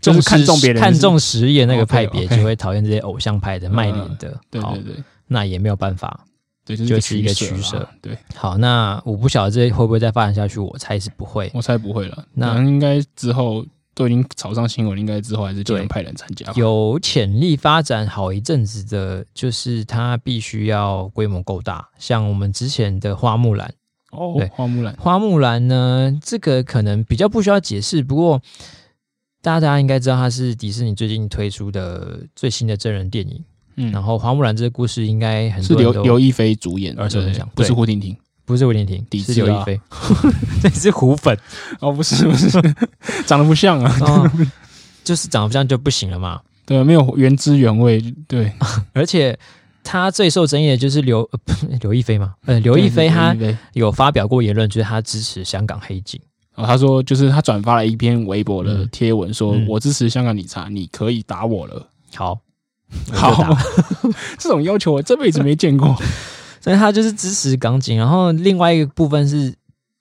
B: 就是
A: 视
B: 看重别人哦
A: 看重实力的那个派别
B: OK，OK
A: 就会讨厌这些偶像派的卖脸的。
B: 嗯对
A: 好
B: 对，对
A: 那也没有办法。
B: 对，就是
A: 就是一个
B: 取
A: 取
B: 舍啦。对，
A: 好，那我不晓得这会不会再发展下去，我猜是不会。
B: 我猜不会了，
A: 那
B: 那应该之后都已经炒上新闻，应该之后还是尽量
A: 对
B: 派人参加吧。
A: 有潜力发展好一阵子的，就是它必须要规模够大，像我们之前的花木兰。
B: 哦
A: 对，
B: 花木兰
A: 花木兰呢，这个可能比较不需要解释，不过大家大家应该知道，它是迪士尼最近推出的最新的真人电影。
B: 嗯
A: 然后花木兰这个故事应该很
B: 是
A: 多
B: 刘
A: 人都
B: 刘亦菲主演，
A: 耳熟
B: 对
A: 能详
B: 不是
A: 对
B: 胡婷婷。
A: 不是吴婷婷，
B: 抵
A: 是
B: 制
A: 刘
B: 啊
A: 亦菲，这是胡粉
B: 哦，不是不是， 长得不像啊。
A: 哦，就是长得不像就不行了嘛。
B: 对啊，没有原汁原味。对，
A: 而且她最受争议的就是刘呃不刘亦菲嘛，呃刘亦菲
B: 对
A: 她
B: 刘亦菲
A: 有发表过言论，就是她支持香港黑警。
B: 哦，他说就是他转发了一篇微博的
A: 嗯
B: 贴文说，
A: 嗯
B: 我支持香港理查，你可以打我了。
A: 好，我就
B: 好
A: 打，
B: 这种要求我这辈子没见 过。
A: 所以他就是支持港警。然后另外一个部分是，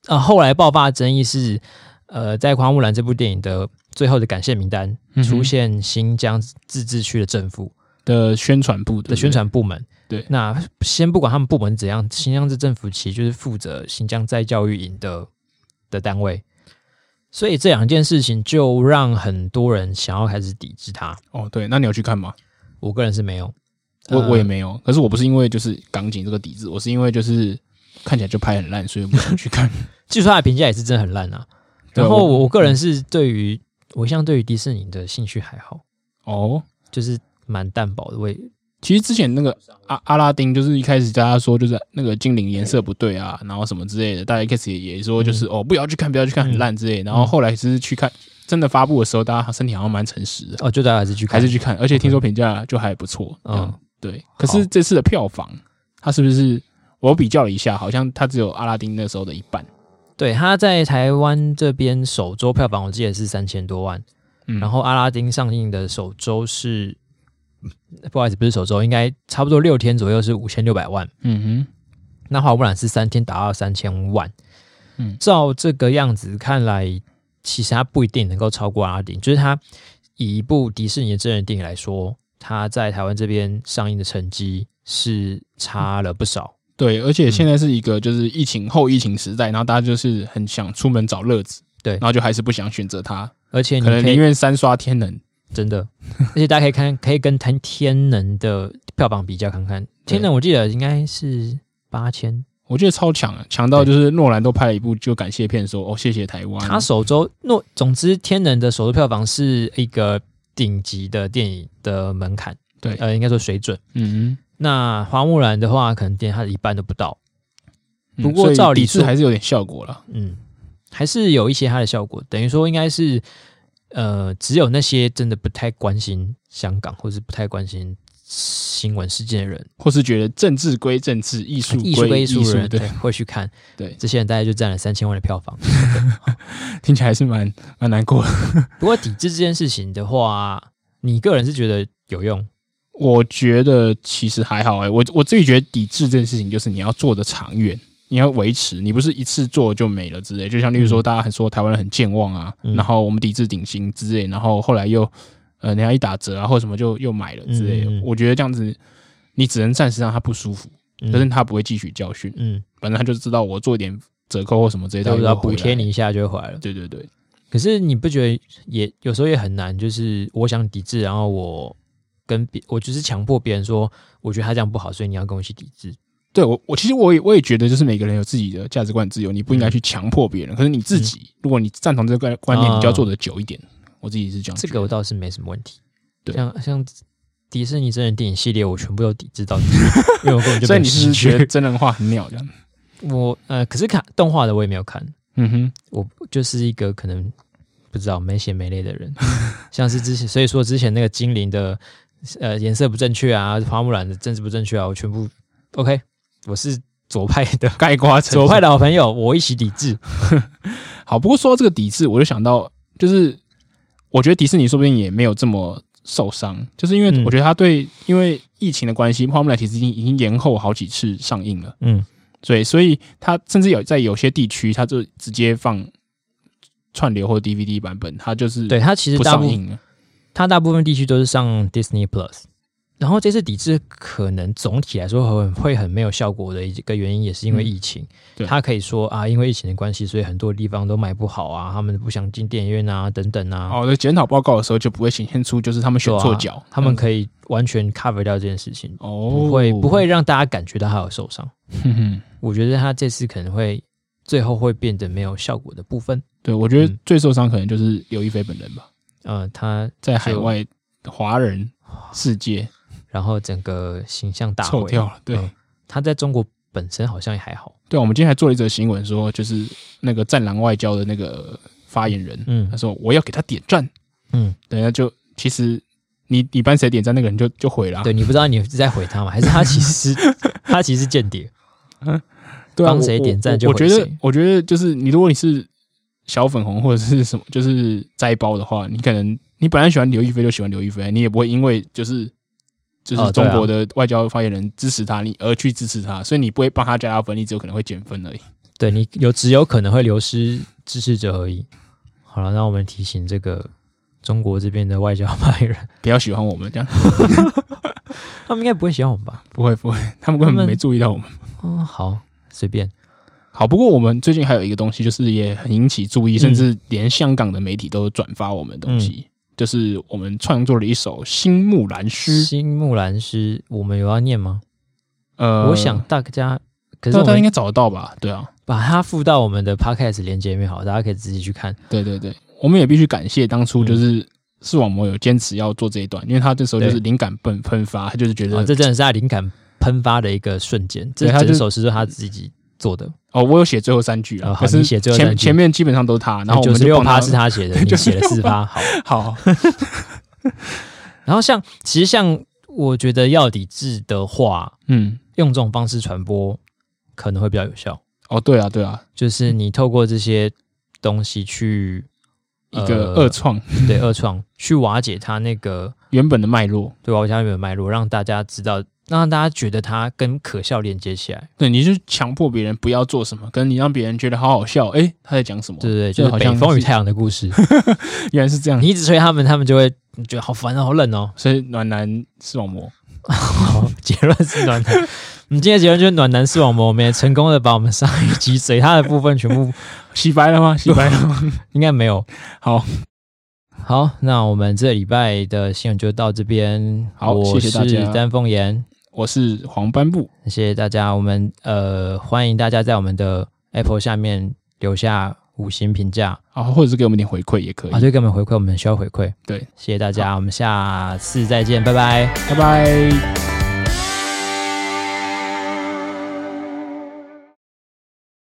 A: 呃，后来爆发的争议是，呃，在《花木兰》这部电影的最后的感谢名单
B: 嗯哼
A: 出现新疆自治区的政府
B: 的宣传部对不
A: 的
B: 对
A: 宣传部门。
B: 对
A: 那先不管他们部门怎样，新疆市政府其实就是负责新疆在教育营的的单位，所以这两件事情就让很多人想要开始抵制它。
B: 哦，对，那你有去看吗？
A: 我个人是没有，
B: 我
A: 呃
B: 我也没有，可是我不是因为就是港警这个抵制，我是因为就是看起来就拍很烂，所以我不想去 看。
A: 据说它的评价也是真的很烂啊。
B: 对
A: 然后
B: 我嗯
A: 我我个人是对于我一向对于迪士尼的兴趣还好，
B: 哦，
A: 就是蛮淡薄的。我也
B: 其实之前那个阿阿拉丁就是一开始大家说就是那个精灵颜色不对啊，然后什么之类的，大家一开始也也说就是、
A: 嗯
B: 哦不要去看，不要去看，很烂之类的。然后后来是去看真的发布的时候，大家身体好像蛮诚实的，
A: 哦，就大家还是去看，
B: 还是去看，而且听说评价就还不错。
A: 嗯
B: 嗯，对。可是这次的票房，它是不是我比较了一下，好像它只有阿拉丁那时候的一半。
A: 对，他在台湾这边首周票房我记得是三千多万，
B: 嗯
A: 然后阿拉丁上映的首周是，不好意思，不是首周，应该差不多六天左右是五千六百万。
B: 嗯
A: 那花木兰是三天达到三千万，
B: 嗯
A: 照这个样子看来，其实它不一定能够超过阿拉丁，就是它以一部迪士尼的真人电影来说，它在台湾这边上映的成绩是差了不少。
B: 哼，对。而且现在是一个就是疫情后疫情时代，然后大家就是很想出门找乐子，
A: 嗯对
B: 然后就还是不想选择它，
A: 而且你
B: 可能
A: 可以
B: 宁愿三刷天能。
A: 真的，而且大家可以看，可以跟天天能的票房比较看看。
B: 对嗯
A: 天能我记得应该是八千，
B: 我觉得超强啊，强到就是诺兰都拍了一部就感谢片说，哦谢谢台湾。
A: 他首周诺，总之天能的首周票房是一个顶级的电影的门槛，
B: 对
A: 呃，应该说水准。
B: 嗯
A: 那花木兰的话，可能连它的一半都不到，
B: 哼，
A: 不过
B: 嗯所以
A: 照理
B: 抵制
A: 说
B: 还是有点效果了。
A: 嗯，还是有一些它的效果。等于说，应该是呃，只有那些真的不太关心香港或是不太关心新闻事件的人，
B: 或是觉得政治归政治，艺术
A: 艺术
B: 归
A: 归艺
B: 艺
A: 术的人
B: 对
A: 对，会去看。
B: 对，
A: 这些人大概就占了三千万的票 房。
B: 听起来还是蛮蛮难过的。
A: 不过抵制这件事情的话，你个人是觉得有用，
B: 我觉得其实还好哎、我我自己觉得抵制这件事情，就是你要做的长远，你要维持，你不是一次做就没了之类。就像例如说，大家很说台湾人很健忘啊，
A: 嗯
B: 然后我们抵制顶薪之类，然后后来又呃人家一打折啊或什么就又买了之类的。
A: 嗯嗯嗯
B: 我觉得这样子，你只能暂时让他不舒服，
A: 嗯
B: 可是他不会汲取教训，
A: 嗯，
B: 反正他就知道我做一点折扣或什么之类
A: 对不
B: 的，他
A: 对？
B: 要
A: 补贴你。一下就会回来了。
B: 对对对，
A: 可是你不觉得也有时候也很难？就是我想抵制，然后我跟别我就是强迫别人说，我觉得他这样不好，所以你要跟我一起抵制。
B: 对我，我其实我也我也觉得，就是每个人有自己的价值观自由，你不应该
A: 嗯
B: 去强迫别人。可是你自己，如果你赞同这个观念，
A: 啊
B: 你就要做的久一点。我自己是这样觉
A: 这
B: 得，
A: 个我倒是没什么问题。
B: 对
A: 像像迪士尼真人电影系列，我全部都抵制 到底，因为我根本就
B: 所以
A: 没
B: 你
A: 有
B: 是
A: 兴
B: 不是觉得
A: 趣。
B: 真人化很鸟 这样。
A: 我呃，可是看动画的我也没有看，
B: 嗯哼，
A: 我就是一个可能不知道没血没泪的 人，像是之前，所以说之前那个精灵的呃颜色不正确啊，花木兰的政治不正确啊，我全部 OK，我是左派的
B: 盖瓜成
A: 左派的好朋友，我一起抵制。
B: 好。不过说到这个抵制，我就想到，就是我觉得迪士尼说不定也没有这么受伤，就是因为
A: 嗯
B: 我觉得他对、因为疫情的关系，花木兰其实已经已经延后好几次上映了。
A: 嗯，
B: 对，所以它甚至有在有些地区，它就直接放串流或 DVD 版本，它就是
A: 对，它其实
B: 不
A: 大
B: 上
A: 部
B: 映了。
A: 它大部分地区都是上 Disney Plus。然后这次抵制可能总体来说很会很没有效果的一个原因，也是因为
B: 嗯
A: 疫情。
B: 对
A: 他可以说啊，因为疫情的关系，所以很多地方都卖不好啊，他们不想进电影院啊，等等啊。
B: 哦，在检讨报告的时候就不会显现出就是他们选
A: 对啊
B: 错角，嗯
A: 他们可以完全 cover 掉这件事情，
B: 哦
A: 不会不会让大家感觉到他有受伤。
B: 哼哼
A: 我觉得他这次可能会最后会变得没有效果的部分。
B: 对，我觉得
A: 嗯
B: 最受伤可能就是刘亦菲本人吧，
A: 呃，他
B: 在海外华人世界
A: 然后整个形象大
B: 臭
A: 毁
B: 掉。了。对
A: 嗯他在中国本身好像也还好，
B: 对，我们今天还做了一则新闻，说就是那个战狼外交的那个发言人，
A: 嗯
B: 他说我要给他点赞，
A: 嗯，
B: 等一下就其实你你帮谁点赞，那个人就就毁了啊。
A: 对你不知道你是在毁他吗？ 还是他其实他其实是间谍？
B: 对啊，
A: 帮
B: 我
A: 谁
B: 我
A: 点赞
B: 我
A: 就
B: 我
A: 回
B: 觉得
A: 谁，
B: 我觉得就是你，如果你是小粉红或者是什么，就是摘包的话，你可能你本来喜欢刘亦菲就喜欢刘亦菲，你也不会因为就是就
A: 哦对
B: 是中
A: 啊
B: 国的外交发言人支持他，你而去支持他，所以你不会帮他加到分，你只有可能会减分而已。
A: 对你有只有可能会流失支持者而已。好了，那我们提醒这个中国这边的外交派人，
B: 比较喜欢我们这样，
A: 他们应该不会喜欢我们吧？
B: 不会不会，他们根
A: 他
B: 本
A: 们
B: 没注意到我们。
A: 嗯，好，随便。
B: 好，不过我们最近还有一个东西，就是也很引起注意，
A: 嗯
B: 甚至连香港的媒体都转发我们的东西，就是我们创作了一首《新木兰诗》。
A: 新木兰诗，我们有要念吗？
B: 呃，
A: 我想大家，可是
B: 大
A: 我
B: 家
A: 们
B: 应该找得到吧？对啊，
A: 把它附到我们的 podcast 连接里面，好，大家可以自己去看。
B: 对对对，我们也必须感谢当初
A: 嗯
B: 就是视网膜有坚持要做这一段，因为他这时候就是灵感迸喷发，他就是觉得、
A: 啊，这真的是他灵感喷发的一个瞬间，这
B: 对他就
A: 整首诗都是他自己做的，
B: 哦，我有写最后三句啊，
A: 哦好
B: 可是
A: 你写最后
B: 前
A: 三句
B: 前面基本上都是他，然后我
A: 九
B: 们
A: 十
B: 就
A: 六
B: 帮他
A: 趴 是他写的，你写了四趴，好。
B: 好，
A: 然后像其实像我觉得要抵制的话，
B: 嗯，
A: 用这种方式传播可能会比较有效，
B: 哦，对啊，对啊，
A: 就是你透过这些东西去
B: 一个
A: 呃
B: 二创、
A: 对二创去瓦解它那个
B: 原本的脉络，
A: 对瓦解它原本的脉络，让大家知道，让大家觉得它跟可笑连接起来，
B: 对，你就强迫别人不要做什么，跟你让别人觉得好好笑，诶，他在讲什么？
A: 对对对，
B: 这
A: 就是
B: 好像
A: 北风与
B: 是
A: 太阳的故事。
B: 原来是这样
A: 你，一直吹他们，他们就会觉得好烦哦，好冷哦。
B: 所以暖男视网膜，
A: 好， 结论是暖男。 我们今天的结论就是暖男视网膜，我们也成功的把我们上一集嘴他的部分全部
B: 洗白了吗？洗白 了吗？
A: 应该没有。
B: 好，
A: 好，那我们这礼拜的新闻就到这边。
B: 好
A: 我
B: 谢谢大家
A: 是丹凤岩，
B: 我是黄斑布，
A: 谢谢大家。我们呃，欢迎大家在我们的 Apple 下面留下五星评价
B: 啊，或者是给我们一点回馈也可以
A: 啊，，对，给我们回馈，我们需要回馈。
B: 对，
A: 谢谢大家，我们下次再见，拜拜。
B: 拜拜。